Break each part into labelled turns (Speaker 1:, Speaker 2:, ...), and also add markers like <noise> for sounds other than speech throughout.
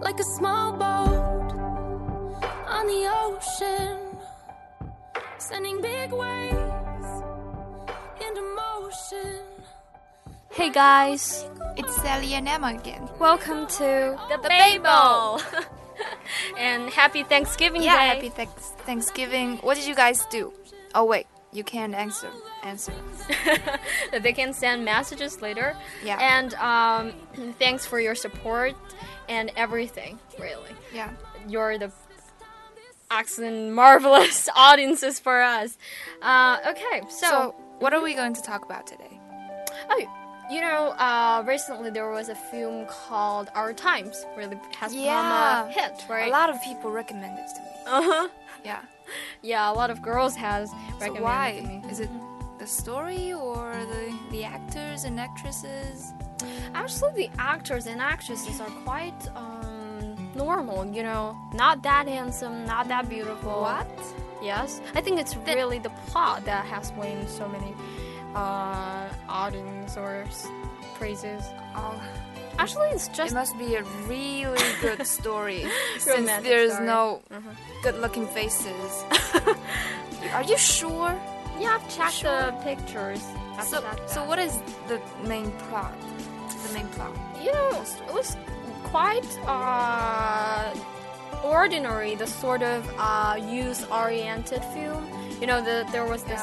Speaker 1: like a small boat on the ocean, sending big waves into motion.
Speaker 2: Hey guys,
Speaker 3: It's Sally and Emma again.
Speaker 2: welcome to
Speaker 4: The
Speaker 3: <laughs>
Speaker 4: Babel. and happy Thanksgiving
Speaker 3: Yeah,
Speaker 4: Day.
Speaker 3: happy thanks- Thanksgiving. What did you guys do? Oh wait, you can't answer. Answer.
Speaker 4: they can send messages later.
Speaker 3: Yeah.
Speaker 4: And um, <clears throat> thanks for your support and everything, really.
Speaker 3: Yeah.
Speaker 4: You're the excellent, marvelous <laughs> audiences for us. Uh, okay,
Speaker 3: So, what are we going to talk about today?
Speaker 4: Oh, you know, uh, recently there was a film called Our Times, really has
Speaker 3: Yeah.
Speaker 4: become a hit, right?
Speaker 3: A lot of people recommend it to me.
Speaker 4: Uh-huh.
Speaker 3: Yeah.
Speaker 4: Yeah, a lot of girls has
Speaker 3: So
Speaker 4: recommended
Speaker 3: why?
Speaker 4: me.
Speaker 3: Is it the story or the the actors and actresses?
Speaker 4: Actually, the actors and actresses are quite um, normal, you know, not that handsome, not that beautiful. Yes, I think it's really the plot that has won so many uh, audience or s- praises. <laughs>
Speaker 3: Oh,
Speaker 4: Actually, it's
Speaker 3: it
Speaker 4: just
Speaker 3: must be a really good
Speaker 4: <laughs>
Speaker 3: story since
Speaker 4: Romantic
Speaker 3: there's
Speaker 4: story. Mm-hmm.
Speaker 3: no good-looking
Speaker 4: <laughs>
Speaker 3: faces. are you sure?
Speaker 4: yeah. I've checked the pictures. I've
Speaker 3: So,
Speaker 4: checked
Speaker 3: so
Speaker 4: that.
Speaker 3: what is the main plot? The main plot.
Speaker 4: you know, it was quite uh, ordinary, the sort of uh, youth-oriented film. You know, the, there was this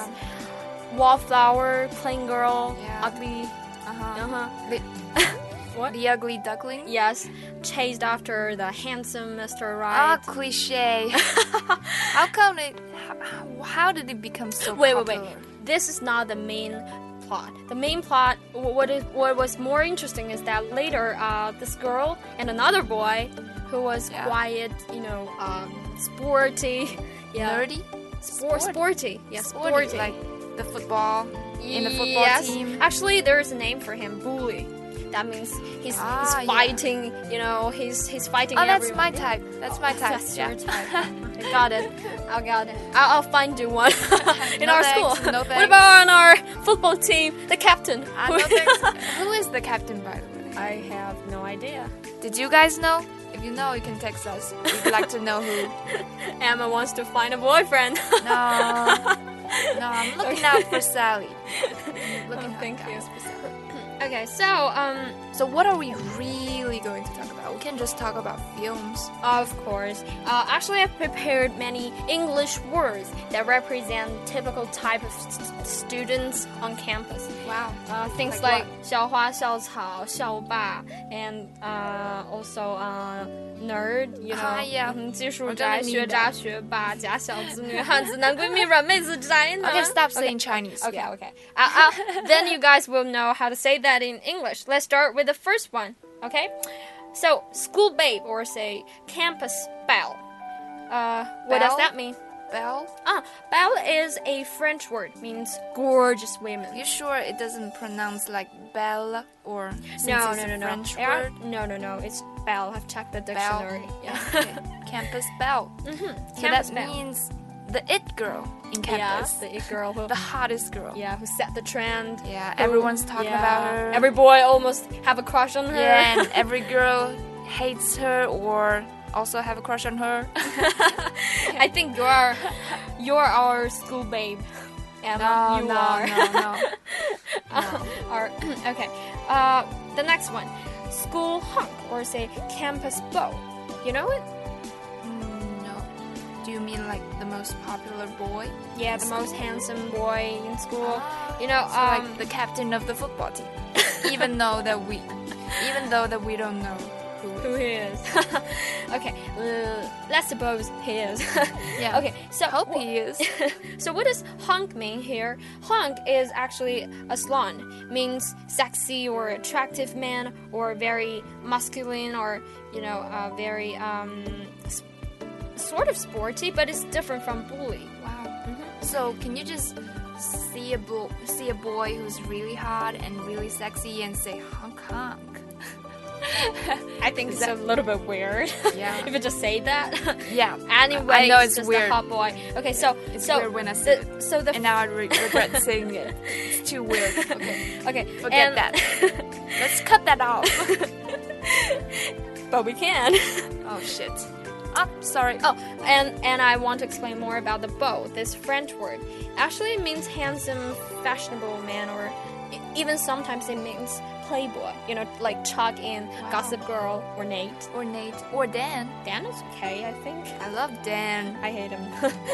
Speaker 4: wallflower, plain girl,
Speaker 3: Yeah.
Speaker 4: ugly.
Speaker 3: Uh-huh.
Speaker 4: Uh-huh.
Speaker 3: The,
Speaker 4: <laughs> What?
Speaker 3: the ugly duckling.
Speaker 4: Yes, chased after the handsome Mr.
Speaker 3: Ah,
Speaker 4: Right. <laughs>
Speaker 3: cliche. how come it? How, how did it become so?
Speaker 4: wait, wait,
Speaker 3: popular?
Speaker 4: wait. This is not the main plot. The main plot, wh- what is what was more interesting is that later, uh, this girl and another boy, who was
Speaker 3: Yeah.
Speaker 4: quiet, you know, um, sporty, <laughs> yeah,
Speaker 3: Nerdy.
Speaker 4: Spor- sporty, yeah, sporty,
Speaker 3: like the football in the football
Speaker 4: yes.
Speaker 3: team.
Speaker 4: Actually, there is a name for him, bully. That means he's,
Speaker 3: Ah, yeah.
Speaker 4: he's fighting, you know, he's he's fighting.
Speaker 3: Oh, that's
Speaker 4: everyone.
Speaker 3: my type. That's my type.
Speaker 4: That's
Speaker 3: yeah.
Speaker 4: your
Speaker 3: <laughs>
Speaker 4: type. I got it. I got it. <laughs> I'll, I'll find you <laughs> one in
Speaker 3: No
Speaker 4: our
Speaker 3: thanks,
Speaker 4: school.
Speaker 3: no
Speaker 4: what about on our football team? The captain.
Speaker 3: Ah,
Speaker 4: <laughs>
Speaker 3: no thanks. Who is the captain, by the way?
Speaker 4: Uh, I have no idea.
Speaker 3: Did you guys know? If you know, you can text us. We'd like to know who.
Speaker 4: Emma wants to find a <laughs> boyfriend.
Speaker 3: No, <laughs> no, I'm looking out for <laughs> Sally. Looking
Speaker 4: Oh,
Speaker 3: out
Speaker 4: thank
Speaker 3: guys, for Sally.
Speaker 4: okay, so um,
Speaker 3: So, what are we really going to talk about? We can just talk about films.
Speaker 4: Of course. Uh, actually, I've prepared many English words that represent typical type of st- students on campus.
Speaker 3: Wow.
Speaker 4: Uh, things
Speaker 3: Like
Speaker 4: like, 校花,校草,校霸, and uh, also uh, nerd, you know,
Speaker 3: Ah, yeah.
Speaker 4: 嗯,技术宅,
Speaker 3: 我真的明白。
Speaker 4: 学渣,学霸,假小子,女汉子,
Speaker 3: <laughs>
Speaker 4: 男闺蜜,软妹子,宅男。
Speaker 3: Uh-huh. Okay, stop saying Chinese.
Speaker 4: Okay,
Speaker 3: Yeah.
Speaker 4: okay. Uh, uh, then you guys will know how to say that in English. Let's start with the first one, okay? So, school babe, or say campus belle. Uh, what does
Speaker 3: Belle?
Speaker 4: that mean?
Speaker 3: Belle,
Speaker 4: Ah, belle is a French word, means gorgeous women.
Speaker 3: you sure it doesn't pronounce like Belle or since
Speaker 4: No,
Speaker 3: it's
Speaker 4: no,
Speaker 3: a
Speaker 4: no, no.
Speaker 3: French
Speaker 4: Yeah,
Speaker 3: word?
Speaker 4: No, no, no. It's belle. I've checked the
Speaker 3: Belle.
Speaker 4: dictionary.
Speaker 3: <laughs>
Speaker 4: Yeah.
Speaker 3: Okay. Campus Belle.
Speaker 4: mm-hmm.
Speaker 3: So
Speaker 4: Campus
Speaker 3: that
Speaker 4: belle.
Speaker 3: means the it girl in
Speaker 4: yeah,
Speaker 3: campus.
Speaker 4: the it girl who,
Speaker 3: The hottest girl.
Speaker 4: <laughs> yeah, who set the trend.
Speaker 3: Yeah,
Speaker 4: who-
Speaker 3: everyone's talking
Speaker 4: yeah,
Speaker 3: about her.
Speaker 4: Every boy almost have a crush on her.
Speaker 3: yeah, <laughs> and every girl hates her or also have a crush on her.
Speaker 4: I think you're you're our school babe. Emma, you
Speaker 3: <laughs> no,
Speaker 4: are.
Speaker 3: no, no. <laughs>
Speaker 4: <laughs> Our- <clears throat> okay. Uh, the next one, school hunk or say campus beau. You know it?
Speaker 3: Mm, no. Do you mean like the most popular boy?
Speaker 4: Yeah, the most handsome boy in school. You know,
Speaker 3: So
Speaker 4: um,
Speaker 3: like Ah. the captain of the football team. <laughs> even though that we even though that we don't know who it
Speaker 4: who
Speaker 3: is.
Speaker 4: he is. <laughs> okay, uh, let's suppose he <laughs> is.
Speaker 3: Yeah.
Speaker 4: Okay, so
Speaker 3: Hope he is.
Speaker 4: <laughs> so what does hunk mean here? Hunk is actually a slang, means sexy or attractive man or very masculine or you know uh, very um, sp- sort of sporty, but it's different from bully.
Speaker 3: Wow. So can you just see a bo- see a boy who's really hot and really sexy and say honk honk?
Speaker 4: I think it's a little bit weird. <laughs>
Speaker 3: Yeah.
Speaker 4: if you just say that.
Speaker 3: Uh-huh. <laughs>
Speaker 4: <laughs>
Speaker 3: Yeah.
Speaker 4: Anyway,
Speaker 3: I know it's
Speaker 4: just
Speaker 3: weird.
Speaker 4: a hot boy. Okay, so
Speaker 3: It's
Speaker 4: so
Speaker 3: weird when I
Speaker 4: the-
Speaker 3: said it.
Speaker 4: so the
Speaker 3: And now I re- regret saying it. It's too <laughs> weird. Okay.
Speaker 4: Okay,
Speaker 3: Forget <laughs>
Speaker 4: and-
Speaker 3: that. Let's cut that off.
Speaker 4: but we can.
Speaker 3: Oh shit.
Speaker 4: Ah, sorry. Oh, and and I want to explain more about the beau. This French word actually it means handsome, fashionable man, or e- even sometimes it means playboy. You know, like Chuck in Gossip Girl or Nate.
Speaker 3: Or Nate. Or Dan.
Speaker 4: Dan is okay, I think.
Speaker 3: I love Dan.
Speaker 4: I hate him.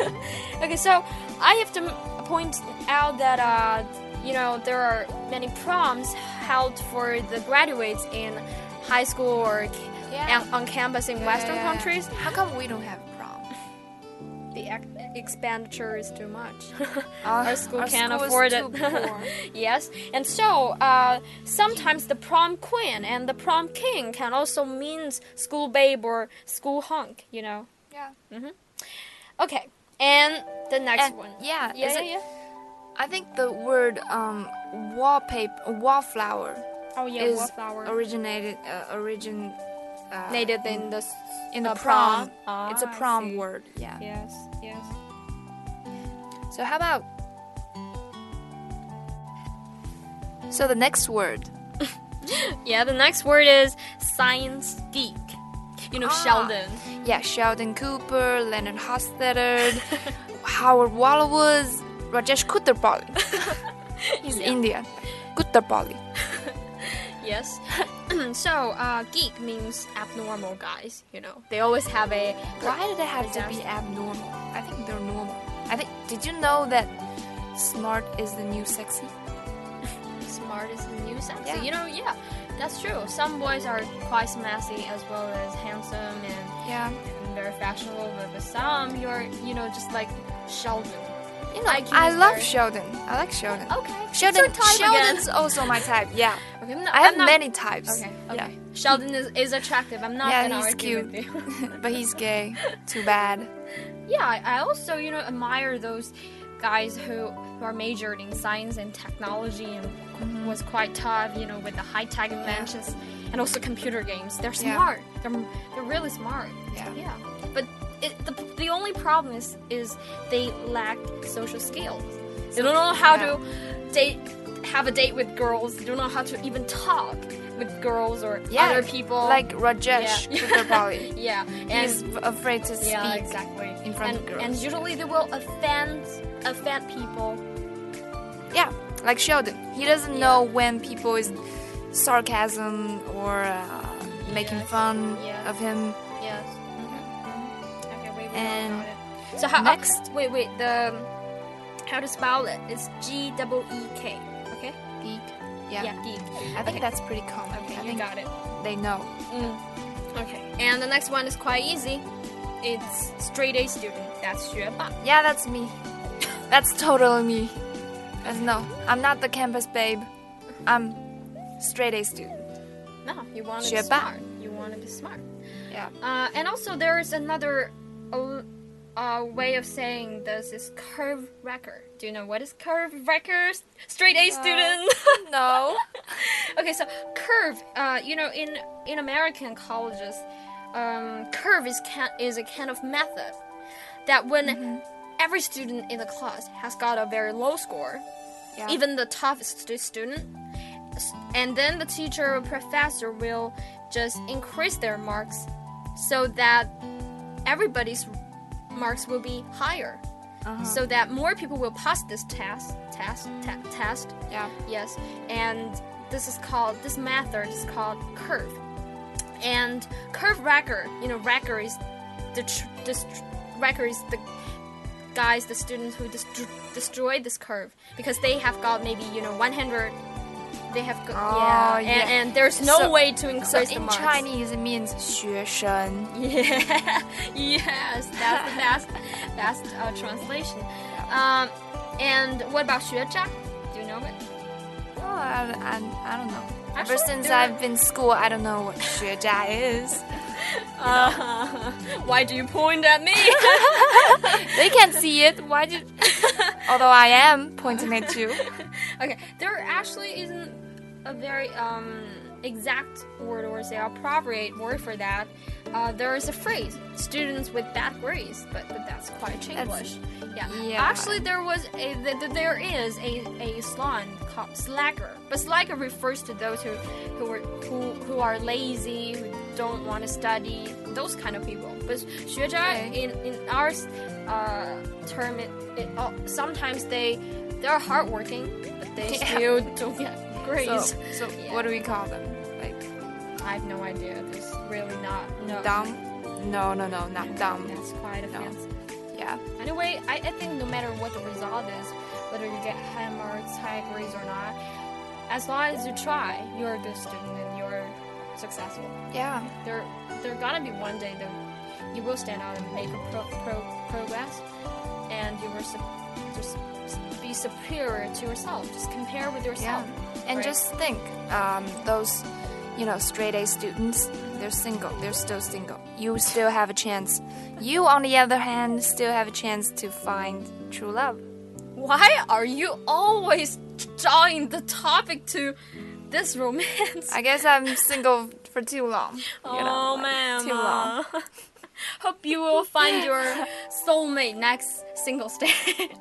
Speaker 4: <laughs> okay, so I have to m- point out that uh, you know there are many proms held for the graduates in high school or c-
Speaker 3: Yeah.
Speaker 4: on, on campus in Western
Speaker 3: Yeah.
Speaker 4: countries.
Speaker 3: How come we don't have a prom?
Speaker 4: The ex- expenditure is too much. <laughs>
Speaker 3: Ah,
Speaker 4: our school
Speaker 3: our
Speaker 4: can't
Speaker 3: school is
Speaker 4: afford
Speaker 3: too
Speaker 4: it.
Speaker 3: poor.
Speaker 4: <laughs> yes, and so uh, sometimes the prom queen and the prom king can also mean school babe or school hunk. You know.
Speaker 3: Yeah.
Speaker 4: Okay, and the next
Speaker 3: And-
Speaker 4: one.
Speaker 3: yeah,
Speaker 4: Yeah,
Speaker 3: is
Speaker 4: yeah,
Speaker 3: it-
Speaker 4: yeah.
Speaker 3: I think the word um, wallpaper, wallflower,
Speaker 4: Oh yeah,
Speaker 3: is
Speaker 4: wallflower.
Speaker 3: originated uh, origin uh,
Speaker 4: Native in the s-
Speaker 3: in the
Speaker 4: uh,
Speaker 3: prom. it's a
Speaker 4: Ah, I
Speaker 3: prom
Speaker 4: see.
Speaker 3: word. Yeah.
Speaker 4: Yes, yes.
Speaker 3: So how about? So the next word.
Speaker 4: Yeah, the next word is science geek. You know
Speaker 3: Ah.
Speaker 4: Sheldon.
Speaker 3: Yeah, Sheldon Cooper, Leonard Hofstadter, Howard Wallowitz, Rajesh <laughs> Kutterpalli. He's Indian. Kutterpalli.
Speaker 4: Yes. <clears throat> so, uh, geek means abnormal guys. You know, they always have a.
Speaker 3: Why do they have to be abnormal? I think they're normal. I think. Did you know that smart is the new sexy?
Speaker 4: smart is the new sexy.
Speaker 3: Yeah.
Speaker 4: You know, yeah, that's true. Some boys are quite messy as well as handsome and,
Speaker 3: Yeah.
Speaker 4: and very fashionable, but, but some you're, you know, just like Sheldon.
Speaker 3: You know,
Speaker 4: IQ is
Speaker 3: I love
Speaker 4: very-
Speaker 3: Sheldon. I like Sheldon.
Speaker 4: Okay.
Speaker 3: Sheldon.
Speaker 4: It's your type again.
Speaker 3: Sheldon's also my type. Yeah.
Speaker 4: Okay, I'm not,
Speaker 3: I have
Speaker 4: am not,
Speaker 3: many types.
Speaker 4: Okay, okay.
Speaker 3: Yeah.
Speaker 4: Sheldon is, is attractive. I'm not
Speaker 3: Yeah,
Speaker 4: gonna
Speaker 3: he's
Speaker 4: argue
Speaker 3: cute.
Speaker 4: with
Speaker 3: <laughs>
Speaker 4: you.
Speaker 3: but he's gay. Too bad.
Speaker 4: yeah, I- I also, you know, admire those guys who, who are majored in science and technology and
Speaker 3: Mm-hmm.
Speaker 4: was quite tough, you know, with the high tech inventions and also computer games. They're
Speaker 3: Yeah.
Speaker 4: smart. They're, they're really smart.
Speaker 3: Yeah.
Speaker 4: Yeah. But it, the, the only problem is, is they lack social skills. They don't know how to date, have a date with girls. They don't know how to even talk with girls or
Speaker 3: Yeah.
Speaker 4: other people.
Speaker 3: Like Rajesh <laughs>
Speaker 4: Yeah.
Speaker 3: Kutterpalli.
Speaker 4: yeah, and
Speaker 3: He's v- afraid to speak.
Speaker 4: yeah, exactly.
Speaker 3: in
Speaker 4: and,
Speaker 3: front of girls.
Speaker 4: And usually they will offend offend people.
Speaker 3: Yeah, like Sheldon. He doesn't know when people is sarcasm or uh, making
Speaker 4: Yes,
Speaker 3: fun
Speaker 4: yes.
Speaker 3: of him.
Speaker 4: Yes. Mm-hmm. Okay, wait, we
Speaker 3: And
Speaker 4: got it. So how
Speaker 3: next-
Speaker 4: oh, wait, wait. The how to spell it? It's G double E K. Okay. E
Speaker 3: Geek. Yeah.
Speaker 4: geek.
Speaker 3: I think that's pretty common.
Speaker 4: Okay,
Speaker 3: I
Speaker 4: you
Speaker 3: think
Speaker 4: got it.
Speaker 3: they know.
Speaker 4: Okay. And the next one is quite easy. It's straight A student. That's 学霸.
Speaker 3: Yeah, that's me. That's totally me. That's no. I'm not the campus babe. I'm straight A student.
Speaker 4: No, you want to be
Speaker 3: 学霸.
Speaker 4: smart. You want to be smart.
Speaker 3: Yeah.
Speaker 4: Uh, and also, there is another uh, uh, way of saying this is curve wrecker. Do you know what is curve wrecker? Straight A student.
Speaker 3: No.
Speaker 4: <laughs> okay, so curve. Uh, you know, in in American colleges, um, curve is can is a kind of method that when every student in the class has got a very low score,
Speaker 3: Yeah.
Speaker 4: even the toughest stu- student, s- and then the teacher or professor will just increase their marks so that everybody's marks will be higher. So that more people will pass this test, test, te- test,
Speaker 3: Yeah.
Speaker 4: Yes, and this is called this method is called curve, and curve racker. You know, racker is the tr- this tr- racker is the guys, the students who dest- destroyed this curve because they have got maybe you know 100. They have got yeah,
Speaker 3: Oh,
Speaker 4: and,
Speaker 3: yeah.
Speaker 4: and there's no
Speaker 3: So-
Speaker 4: way to increase
Speaker 3: So
Speaker 4: the
Speaker 3: in
Speaker 4: marks.
Speaker 3: Chinese it means 学生.
Speaker 4: <laughs> Yeah, yes, that's the best, best uh, translation. Um, and what about 学渣? Do you know it?
Speaker 3: Oh, I, I, I don't know.
Speaker 4: Actually,
Speaker 3: Ever since
Speaker 4: there-
Speaker 3: I've been school, I don't know what 学渣
Speaker 4: <laughs>
Speaker 3: is.
Speaker 4: Uh, <laughs> why do you point at
Speaker 3: <laughs>
Speaker 4: me?
Speaker 3: They can't see it. Why did?
Speaker 4: <laughs>
Speaker 3: Although I am pointing at you.
Speaker 4: okay, there actually isn't a very um, exact word or say appropriate word for that. Uh, there is a phrase, students with bad grades, but, but that's quite English. yeah.
Speaker 3: yeah.
Speaker 4: Actually, there was a th- th- there is a, a slang called slacker, but slacker refers to those who who are who, who are lazy, who don't want to study, those kind of people. But 学渣
Speaker 3: Okay.
Speaker 4: in in our uh, term, it, it oh, sometimes they they're hardworking, but they
Speaker 3: Yeah.
Speaker 4: still <laughs> don't get grades.
Speaker 3: So, so
Speaker 4: Yeah.
Speaker 3: what do we call them? Like
Speaker 4: I have no idea. There's really not no.
Speaker 3: dumb? No, no, no, not dumb.
Speaker 4: That's quite offensive.
Speaker 3: Yeah.
Speaker 4: Anyway, I, I think no matter what the result is, whether you get high high grades or not, as long as you try, you're a good student and you're successful.
Speaker 3: Yeah.
Speaker 4: There, there gonna be one day that you will stand out and make a pro, pro, progress, and you will su- just be superior to yourself. Just compare with
Speaker 3: Yeah.
Speaker 4: yourself.
Speaker 3: And
Speaker 4: right?
Speaker 3: just think, um, those, you know, straight A students, they're single. They're still single. You still have a chance. You, on the other hand, still have a chance to find true love.
Speaker 4: Why are you always drawing the topic to this romance?
Speaker 3: I guess I'm single for too long.
Speaker 4: <laughs>
Speaker 3: You
Speaker 4: oh
Speaker 3: know, like,
Speaker 4: man, uh,
Speaker 3: too long.
Speaker 4: <laughs> Hope you will find your soulmate next singles day.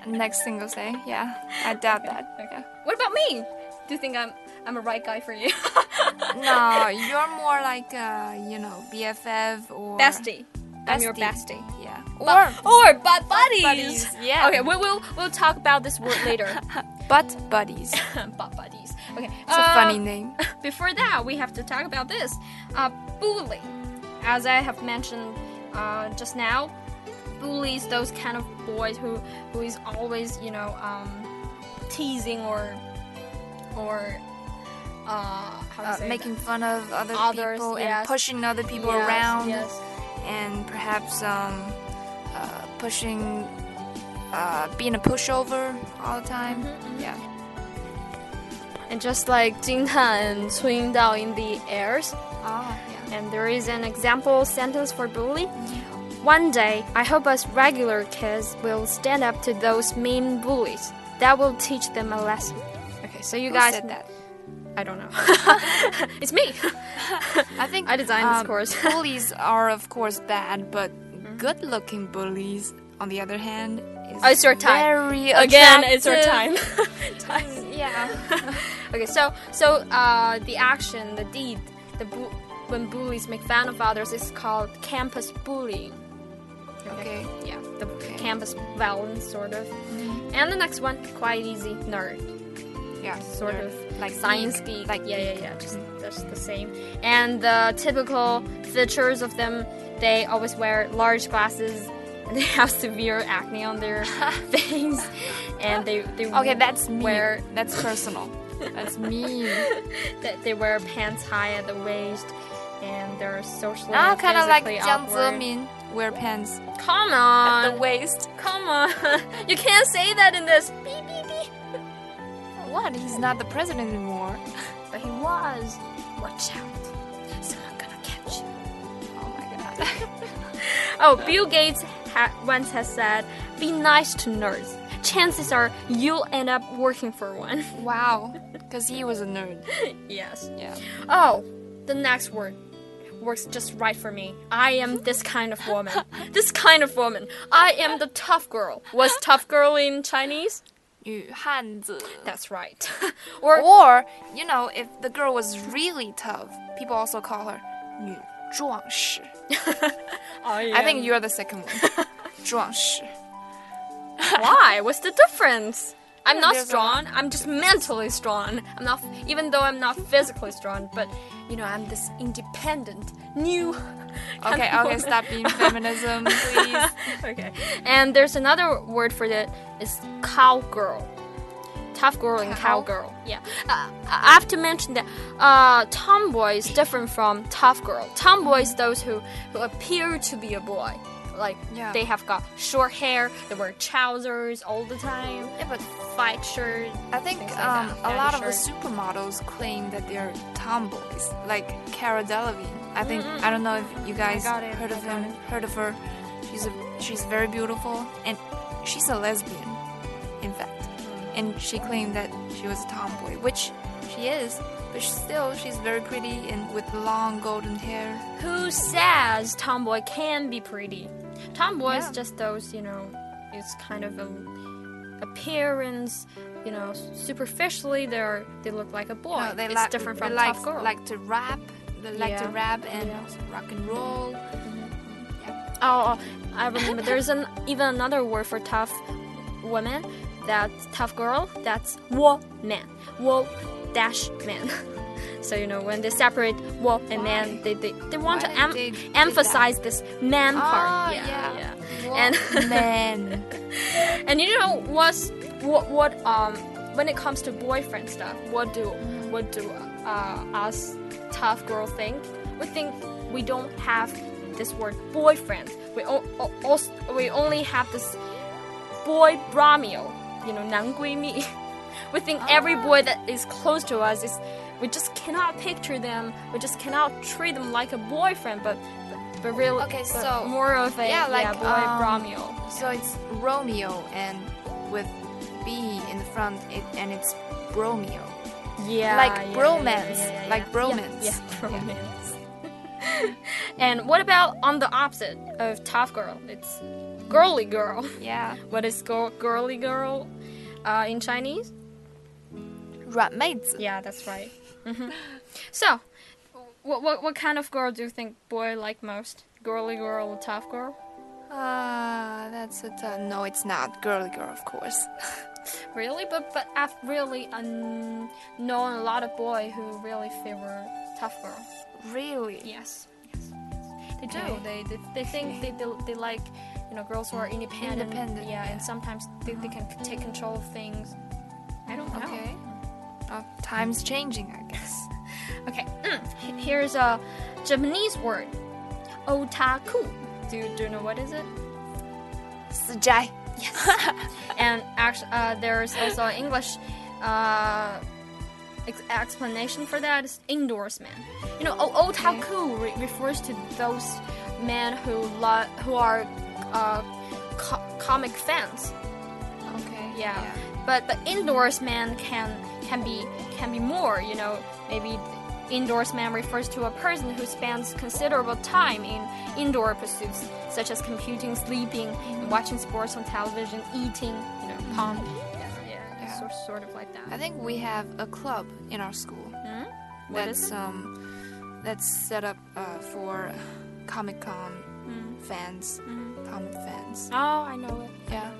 Speaker 3: Next single day, yeah. I doubt that. Yeah.
Speaker 4: <laughs> what about me? Do you think I'm I'm a right guy for you? <laughs>
Speaker 3: No, you're more like, uh, you know, BFF or
Speaker 4: bestie. I'm your bestie.
Speaker 3: Bestie. Yeah.
Speaker 4: But-
Speaker 3: Or
Speaker 4: or but buddies.
Speaker 3: buddies, yeah.
Speaker 4: Okay, we will we'll talk about this word later.
Speaker 3: <laughs> butt buddies. It's
Speaker 4: but buddies. Okay. It's
Speaker 3: a funny
Speaker 4: Um,
Speaker 3: name.
Speaker 4: Before that, we have to talk about this. Uh, bullying. As I have mentioned uh, just now, bullies those kind of boys who who is always you know um, teasing or or uh, how to
Speaker 3: Uh,
Speaker 4: say
Speaker 3: making fun of other
Speaker 4: Others,
Speaker 3: people
Speaker 4: yes.
Speaker 3: and pushing other people
Speaker 4: Yes,
Speaker 3: around
Speaker 4: yes.
Speaker 3: and perhaps um, uh, pushing, uh, being a pushover all the time.
Speaker 4: Mm-hmm,
Speaker 3: Yeah.
Speaker 4: that. and just like Jin Han and Cun Dao in the airs. Ah,
Speaker 3: Oh, yeah.
Speaker 4: And there is an example sentence for bully. One day, I hope us regular kids will stand up to those mean bullies. That will teach them a lesson. Okay, so you
Speaker 3: Who
Speaker 4: guys
Speaker 3: said that?
Speaker 4: I don't know. <laughs> it's me.
Speaker 3: I think uh,
Speaker 4: I designed this course. <laughs> Mm-hmm.
Speaker 3: bullies are of course bad, but good-looking bullies, on the other hand, is
Speaker 4: Oh, it's your time.
Speaker 3: Very
Speaker 4: <laughs> Again, it's our
Speaker 3: attractive.
Speaker 4: time. <laughs> time.
Speaker 3: Yeah.
Speaker 4: <laughs> Okay, so so uh, the action, the deed, the bu- when bullies make fun of others is called campus bullying.
Speaker 3: Okay.
Speaker 4: Yeah, the campus violence sort of. And the next one, quite easy, nerd.
Speaker 3: Yeah.
Speaker 4: sort
Speaker 3: They're
Speaker 4: of
Speaker 3: like
Speaker 4: science
Speaker 3: geek,
Speaker 4: geek.
Speaker 3: like
Speaker 4: yeah, yeah,
Speaker 3: geek.
Speaker 4: yeah, just that's the same. And the typical features of them, they always wear large glasses. And they have severe acne on
Speaker 3: <laughs>
Speaker 4: their face, and they they
Speaker 3: Okay, that's me.
Speaker 4: wear
Speaker 3: That's personal.
Speaker 4: <laughs>
Speaker 3: That's me.
Speaker 4: that they wear pants high at the waist, and they're socially
Speaker 3: Now kind of like
Speaker 4: physically
Speaker 3: Jiang
Speaker 4: awkward.
Speaker 3: Zemin wear pants
Speaker 4: Come
Speaker 3: at
Speaker 4: on,
Speaker 3: the waist.
Speaker 4: come on, <laughs> you can't say that in this. Beep beep beep.
Speaker 3: What? He's not the president anymore.
Speaker 4: But he was. <laughs> Watch out, someone gonna catch you.
Speaker 3: Oh my god. <laughs>
Speaker 4: Oh, Bill Gates ha- once has said, "Be nice to nerds. Chances are you'll end up working for one." <laughs>
Speaker 3: Wow. Because he was a nerd.
Speaker 4: yes.
Speaker 3: Yeah.
Speaker 4: Oh, the next word works just right for me. I am this kind of woman. this kind of woman. I am the tough girl. What's tough girl in Chinese?
Speaker 3: 女汉子.
Speaker 4: That's right. <laughs> or
Speaker 3: Or, you know, if the girl was really tough, people also call her 女壮士.
Speaker 4: I,
Speaker 3: I think you're the second one. 壮士.
Speaker 4: why? What's the difference? I'm not
Speaker 3: there's a-
Speaker 4: strong. I'm just mentally strong. I'm not, even though I'm not physically strong, but you know, I'm this independent, new. <laughs> kind
Speaker 3: Okay,
Speaker 4: of
Speaker 3: okay,
Speaker 4: woman.
Speaker 3: stop being feminism, please.
Speaker 4: <laughs> okay. And there's another word for that is cowgirl. Tough girl and
Speaker 3: Cow?
Speaker 4: cowgirl. Yeah. Uh, I have to mention that uh, tomboy is different from tough girl. Tomboy is those who, who appear to be a boy. Like
Speaker 3: Yeah.
Speaker 4: they have got short hair, they wear trousers all the time, yeah, but fight shirt.
Speaker 3: I think
Speaker 4: things like
Speaker 3: um,
Speaker 4: that.
Speaker 3: a
Speaker 4: Daddy
Speaker 3: lot of the
Speaker 4: shirt.
Speaker 3: supermodels claim that they're tomboys, like Cara Delevingne. I think I don't know if you guys
Speaker 4: got it,
Speaker 3: heard
Speaker 4: I
Speaker 3: of
Speaker 4: got
Speaker 3: him, heard of her. She's a, she's very beautiful, and
Speaker 4: Mm.
Speaker 3: she's a lesbian, in fact. And she claimed that she was a tomboy, which she is, but she's still, she's very pretty and with long golden hair.
Speaker 4: Who says tomboy can be pretty? Tomboy is
Speaker 3: Yeah.
Speaker 4: just those, you know, it's kind of a appearance, you know, superficially they're they look like a boy.
Speaker 3: No, they
Speaker 4: Oh, it's
Speaker 3: like,
Speaker 4: different
Speaker 3: they
Speaker 4: from
Speaker 3: like,
Speaker 4: tough girl.
Speaker 3: like to rap, they like to
Speaker 4: Yeah.
Speaker 3: rap and
Speaker 4: Yeah.
Speaker 3: also rock and roll.
Speaker 4: oh, oh, I
Speaker 3: <laughs>
Speaker 4: remember. There's an even another word for tough woman. That's tough girl. That's wo man. Wo dash man. <laughs> so you know when they separate wo and man,
Speaker 3: Why?
Speaker 4: they they, they want
Speaker 3: Why
Speaker 4: to em-
Speaker 3: they did that?
Speaker 4: emphasize this man
Speaker 3: Ah,
Speaker 4: part. Yeah,
Speaker 3: yeah.
Speaker 4: yeah. And <laughs>
Speaker 3: Men.
Speaker 4: and you know what's what what um when it comes to boyfriend stuff what do what do uh, us tough girl think we think we don't have this word boyfriend we o- o- also, we only have this boy bromeo you know 男闺蜜 <laughs> we think every boy that is close to us is we just cannot picture them we just cannot treat them like a boyfriend but but, but really
Speaker 3: Okay,
Speaker 4: but
Speaker 3: so-
Speaker 4: more of a
Speaker 3: yeah, like,
Speaker 4: boy
Speaker 3: um,
Speaker 4: bromeo
Speaker 3: So it's Romeo and with B in the front, it, and it's Bromeo.
Speaker 4: Yeah,
Speaker 3: Like
Speaker 4: yeah, yeah,
Speaker 3: bromance,
Speaker 4: yeah, yeah, yeah,
Speaker 3: like
Speaker 4: yeah.
Speaker 3: bromance.
Speaker 4: Yeah, <laughs> yeah, bromance. <laughs> and what about on the opposite of tough girl? It's girly girl. <laughs>
Speaker 3: Yeah.
Speaker 4: What is girl, girly girl uh, in Chinese?
Speaker 3: 软妹子.
Speaker 4: Yeah, that's right. Mhm. So, what, what what kind of girl do you think boy like most? Girly girl or tough girl?
Speaker 3: Ah, that's it. Uh, no, it's not. Girly girl, of course. <laughs>
Speaker 4: Really, but but I've really um, known a lot of boy who really favor tough girl.
Speaker 3: Really?
Speaker 4: Yes. They do.
Speaker 3: Okay.
Speaker 4: They, they they think they, they they like you know girls who are independent.
Speaker 3: Independent,
Speaker 4: Yeah,
Speaker 3: yeah.
Speaker 4: and sometimes they, they can take control of things. I don't know.
Speaker 3: Okay. Uh, time's changing, I
Speaker 4: <laughs>
Speaker 3: guess.
Speaker 4: Okay. Mm. H- Here's a Japanese word, otaku. Do you, do you know what is it?
Speaker 3: Sujai.
Speaker 4: and actually, uh, there's also an English uh, ex- explanation for that is indoors man. You know, o- otaku re- refers to those men who lo- who are uh, co- comic fans.
Speaker 3: Okay.
Speaker 4: Yeah. But but indoors man can can be can be more. You know, maybe indoors man refers to a person who spends considerable time in indoor pursuits such as computing, sleeping, and watching sports on television, eating. You know, pong. Yeah, yeah,
Speaker 3: Yeah.
Speaker 4: Sort, sort of like that.
Speaker 3: Um, I think we have a club in our school
Speaker 4: Hmm? What
Speaker 3: that's
Speaker 4: is it?
Speaker 3: um that's set up uh, for Comic Con
Speaker 4: Hmm.
Speaker 3: fans, comic fans.
Speaker 4: Oh, I know it.
Speaker 3: Yeah.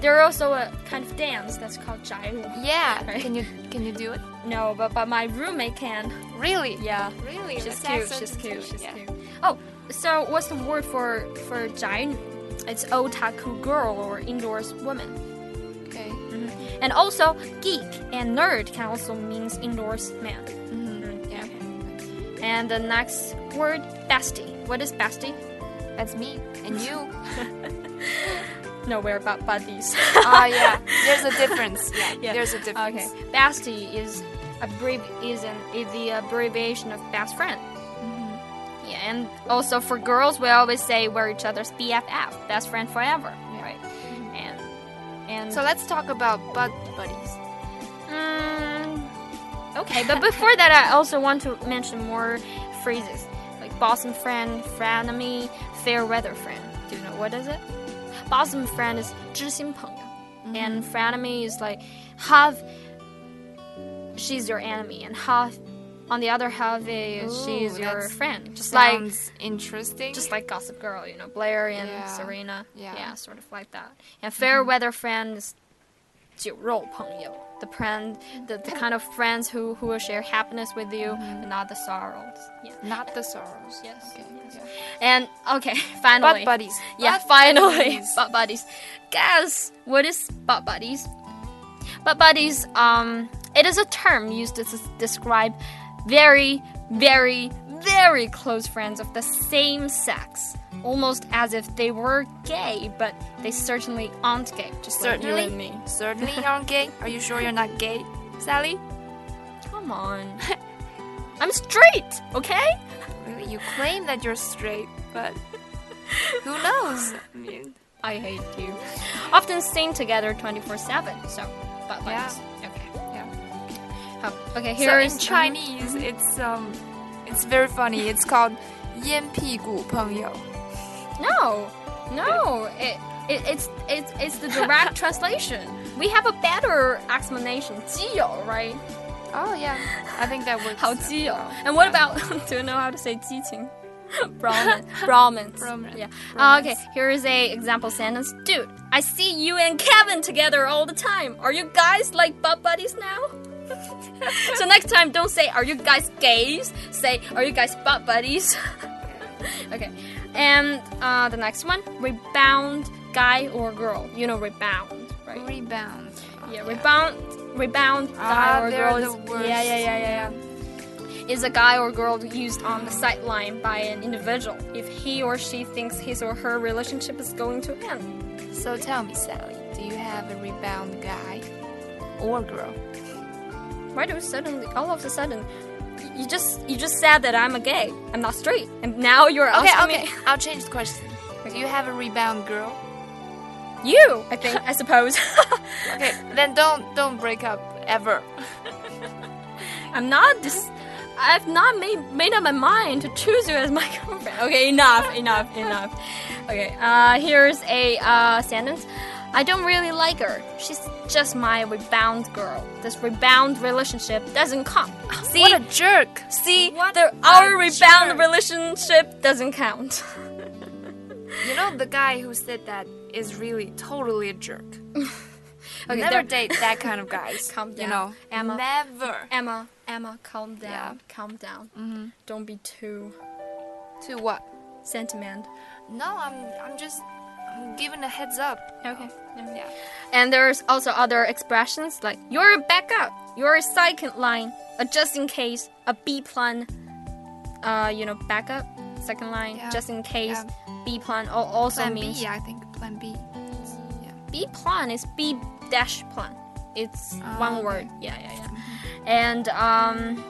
Speaker 4: There are also a kind of dance that's called jaiwu.
Speaker 3: Yeah.
Speaker 4: <laughs> Right.
Speaker 3: Can you can you do it?
Speaker 4: No, but but my roommate can.
Speaker 3: Really?
Speaker 4: Yeah.
Speaker 3: Really?
Speaker 4: She's
Speaker 3: Let's have
Speaker 4: cute.
Speaker 3: some
Speaker 4: She's cute.
Speaker 3: conversation,
Speaker 4: She's
Speaker 3: yeah.
Speaker 4: cute. Oh, so what's the word for for giant? It's otaku girl or indoors woman. Mm,
Speaker 3: Okay.
Speaker 4: And also geek and nerd can also means indoors man.
Speaker 3: Mhm. Yeah.
Speaker 4: And the next word bestie. What is bestie?
Speaker 3: That's me and
Speaker 4: <laughs>
Speaker 3: you.
Speaker 4: No, we're about buddies. <laughs>
Speaker 3: Ah, yeah. There's a difference. Yeah.
Speaker 4: Yeah.
Speaker 3: There's a difference.
Speaker 4: Okay. Bestie is abbrev- is an is the abbreviation of best friend.
Speaker 3: Mm-hmm.
Speaker 4: Yeah, and also for girls, we always say we're each other's BFF, best friend forever, right? And and
Speaker 3: Mm-hmm. So let's talk about bud buddies.
Speaker 4: mm, okay, but before that, I also want to mention more phrases like bosom friend, frenemy, fair weather friend. Do you know what is it? Bosom friend is 知心朋友,
Speaker 3: Mm-hmm.
Speaker 4: and frenemy is like half. She's your enemy, and half. On the other half, is she's
Speaker 3: Ooh,
Speaker 4: your
Speaker 3: that's-
Speaker 4: friend. Just like
Speaker 3: Sounds interesting.
Speaker 4: just like Gossip Girl, you know, Blair and
Speaker 3: Yeah.
Speaker 4: Serena.
Speaker 3: Yeah.
Speaker 4: sort of like that. And fair weather friends, 酒肉朋友, the friend, the, the kind of friends who, who will share happiness with you, but not the sorrows. Yeah.
Speaker 3: not the sorrows.
Speaker 4: Yes,
Speaker 3: Okay.
Speaker 4: And okay, <laughs> finally,
Speaker 3: Butt buddies.
Speaker 4: Yeah,
Speaker 3: Butt
Speaker 4: finally,
Speaker 3: buddies.
Speaker 4: butt buddies. Guess what is butt buddies? Butt buddies. Um, it is a term used to s- describe very, very, very close friends of the same sex, almost as if they were gay, but they certainly aren't gay. Just
Speaker 3: Certainly.
Speaker 4: like you and me.
Speaker 3: Certainly you're not gay. Are you sure you're not gay, Sally?
Speaker 4: Come on, <laughs> I'm straight. Okay.
Speaker 3: Really? You claim that you're straight, but who
Speaker 4: <laughs>
Speaker 3: knows? I mean,
Speaker 4: I hate you. Often seen together 24 7, so, but
Speaker 3: Yeah.
Speaker 4: buddies. Okay.
Speaker 3: yeah.
Speaker 4: Um, okay,
Speaker 3: so
Speaker 4: here is
Speaker 3: in Chinese, it's um, it's very funny. It's called 烟屁股朋友.
Speaker 4: No, no, it, it it's it's it's the
Speaker 3: <laughs>
Speaker 4: direct translation. We have a better explanation. 基友, right?
Speaker 3: Oh yeah, I think that works.
Speaker 4: 好基友. And what about <laughs> do you know how to say 激情? <laughs> Brahmin, Brahmins.
Speaker 3: Brahmin.
Speaker 4: Yeah. Uh, okay, here is a example sentence. Dude, I see you and Kevin together all the time. Are you guys like butt buddies now? <laughs> so next time, don't say "Are you guys gays?" Say "Are you guys butt buddies?" <laughs> okay. And uh, the next one, rebound guy or girl. You know rebound, right?
Speaker 3: Rebound.
Speaker 4: Yeah, rebound, rebound guy
Speaker 3: Ah,
Speaker 4: or
Speaker 3: they're
Speaker 4: girl.
Speaker 3: the
Speaker 4: is-
Speaker 3: worst.
Speaker 4: Yeah, yeah, yeah, yeah, yeah. Is a guy or girl used on the sideline by an individual if he or she thinks his or her relationship is going to end?
Speaker 3: So tell me, Sally, do you have a rebound guy or girl?
Speaker 4: Why do suddenly, all of a sudden, y- you just you just said that I'm a gay, I'm not straight, and now you're
Speaker 3: Okay,
Speaker 4: asking
Speaker 3: okay. I'll change the question. Do you have a rebound girl?
Speaker 4: me you. I think I
Speaker 3: <laughs>
Speaker 4: suppose.
Speaker 3: Okay, then don't don't break up <laughs> ever.
Speaker 4: I'm not dis- I've not made made up my mind to choose you as my <laughs> girlfriend. Okay, enough, enough, enough. Okay, uh, here's a uh, sentence. I don't really like her. She's just my rebound girl. This rebound relationship doesn't count. <laughs> See,
Speaker 3: What a jerk!
Speaker 4: see,
Speaker 3: what
Speaker 4: the,
Speaker 3: a
Speaker 4: our rebound
Speaker 3: jerk.
Speaker 4: relationship doesn't count. <laughs>
Speaker 3: You know the guy who said that is really totally a <laughs> jerk.
Speaker 4: Okay,
Speaker 3: Never
Speaker 4: there-
Speaker 3: date that kind <laughs> of guys.
Speaker 4: Calm
Speaker 3: You
Speaker 4: down,
Speaker 3: know,
Speaker 4: Emma.
Speaker 3: never.
Speaker 4: Emma, Emma, calm down,
Speaker 3: Yeah.
Speaker 4: calm down. Don't be too
Speaker 3: To what?
Speaker 4: sentimental.
Speaker 3: No, I'm I'm just I'm giving a heads up.
Speaker 4: Okay.
Speaker 3: Yeah.
Speaker 4: And there's also other expressions like you're a backup, you're a second line, a just in case, a B plan, uh, you know, backup, second line,
Speaker 3: Yeah.
Speaker 4: just in case,
Speaker 3: Yeah.
Speaker 4: B plan al- also
Speaker 3: Plan
Speaker 4: means
Speaker 3: B, I think. Plan B. Yeah.
Speaker 4: B plan is B dash plan. It's
Speaker 3: Ah,
Speaker 4: one
Speaker 3: okay. Mm-hmm.
Speaker 4: word. Yeah, yeah, yeah. And um,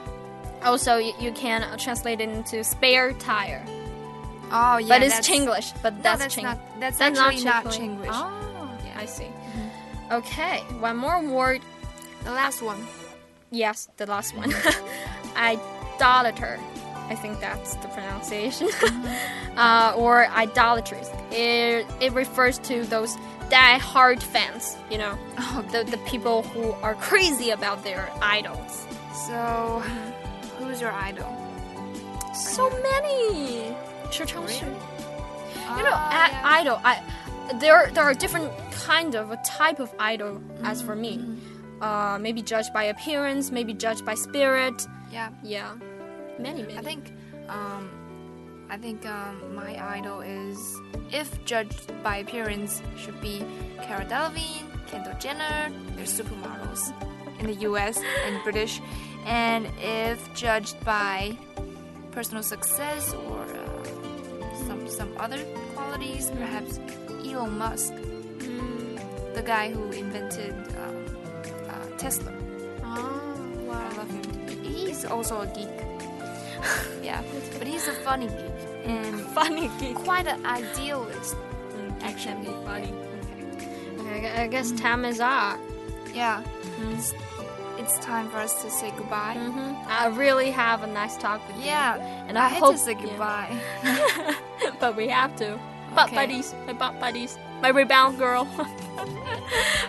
Speaker 4: also y- you can uh, translate it into spare tire,
Speaker 3: Oh yeah.
Speaker 4: but it's
Speaker 3: that's-
Speaker 4: Chinglish. But
Speaker 3: No,
Speaker 4: that's,
Speaker 3: that's
Speaker 4: Ching-
Speaker 3: not. That's,
Speaker 4: That's
Speaker 3: actually
Speaker 4: not
Speaker 3: not
Speaker 4: Chinglish.
Speaker 3: Chinglish. Mm-hmm.
Speaker 4: Oh, I see. Okay, one more word
Speaker 3: The last <laughs> one.
Speaker 4: Yes, the last one. <laughs> idolater. I think that's the pronunciation. <laughs> uh, or idolatrous. It, it refers to those die-hard fans, you know, the, the people who are crazy about their idols.
Speaker 3: So, <laughs> who's your idol?
Speaker 4: So many. 池昌旭. You know,
Speaker 3: Ah,
Speaker 4: i-
Speaker 3: yeah.
Speaker 4: idol. I there there are different kind of a type of idol. As for me, uh, maybe judged by appearance, maybe judged by spirit.
Speaker 3: yeah.
Speaker 4: Yeah, many many.
Speaker 3: I think, um, I think um, my idol is, if judged by appearance, should be Cara Delevingne, Kendall Jenner. They're supermodels in the U.S. and British. And if judged by personal success or uh, some some other qualities, perhaps Elon Musk, the guy who invented um, uh, Tesla.
Speaker 4: Oh,
Speaker 3: I love him. He- He's also a geek. <laughs> yeah, but he's a funny geek and
Speaker 4: Funny geek.
Speaker 3: quite an idealist.
Speaker 4: Actually, funny. Okay. I gu- I guess time is up.
Speaker 3: Yeah, Mm. it's, it's time for us to say goodbye.
Speaker 4: I really have a nice talk with
Speaker 3: Yeah,
Speaker 4: Mm. And I
Speaker 3: hate
Speaker 4: hope-
Speaker 3: to say
Speaker 4: yeah.
Speaker 3: goodbye.
Speaker 4: you. <laughs> but we have to. Butt
Speaker 3: Okay.
Speaker 4: buddies. My butt buddies. My rebound girl. <laughs>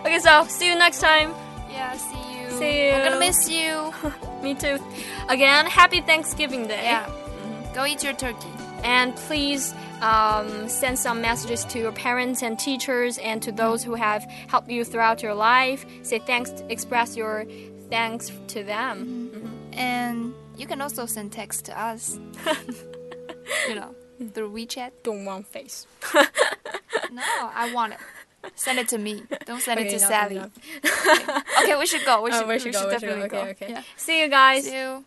Speaker 4: okay, so see you next time.
Speaker 3: Yeah. see you.
Speaker 4: See
Speaker 3: I'm
Speaker 4: you.
Speaker 3: gonna
Speaker 4: <laughs>
Speaker 3: miss you.
Speaker 4: Me too. Again, happy Thanksgiving Day.
Speaker 3: yeah, go eat your turkey.
Speaker 4: And please um, send some messages to your parents and teachers and to those who have helped you throughout your life. Say thanks, express your thanks to them.
Speaker 3: And you can also send text to
Speaker 4: <laughs>
Speaker 3: us. you know, through WeChat.
Speaker 4: Don't want face.
Speaker 3: No, I want it. Send it to me. Don't send it
Speaker 4: Okay,
Speaker 3: to
Speaker 4: enough,
Speaker 3: Sally.
Speaker 4: enough.
Speaker 3: Okay, we should go. We
Speaker 4: Oh,
Speaker 3: should,
Speaker 4: we should go, we should
Speaker 3: definitely
Speaker 4: go.
Speaker 3: go.
Speaker 4: Okay, okay.
Speaker 3: Yeah.
Speaker 4: See you guys.
Speaker 3: See you.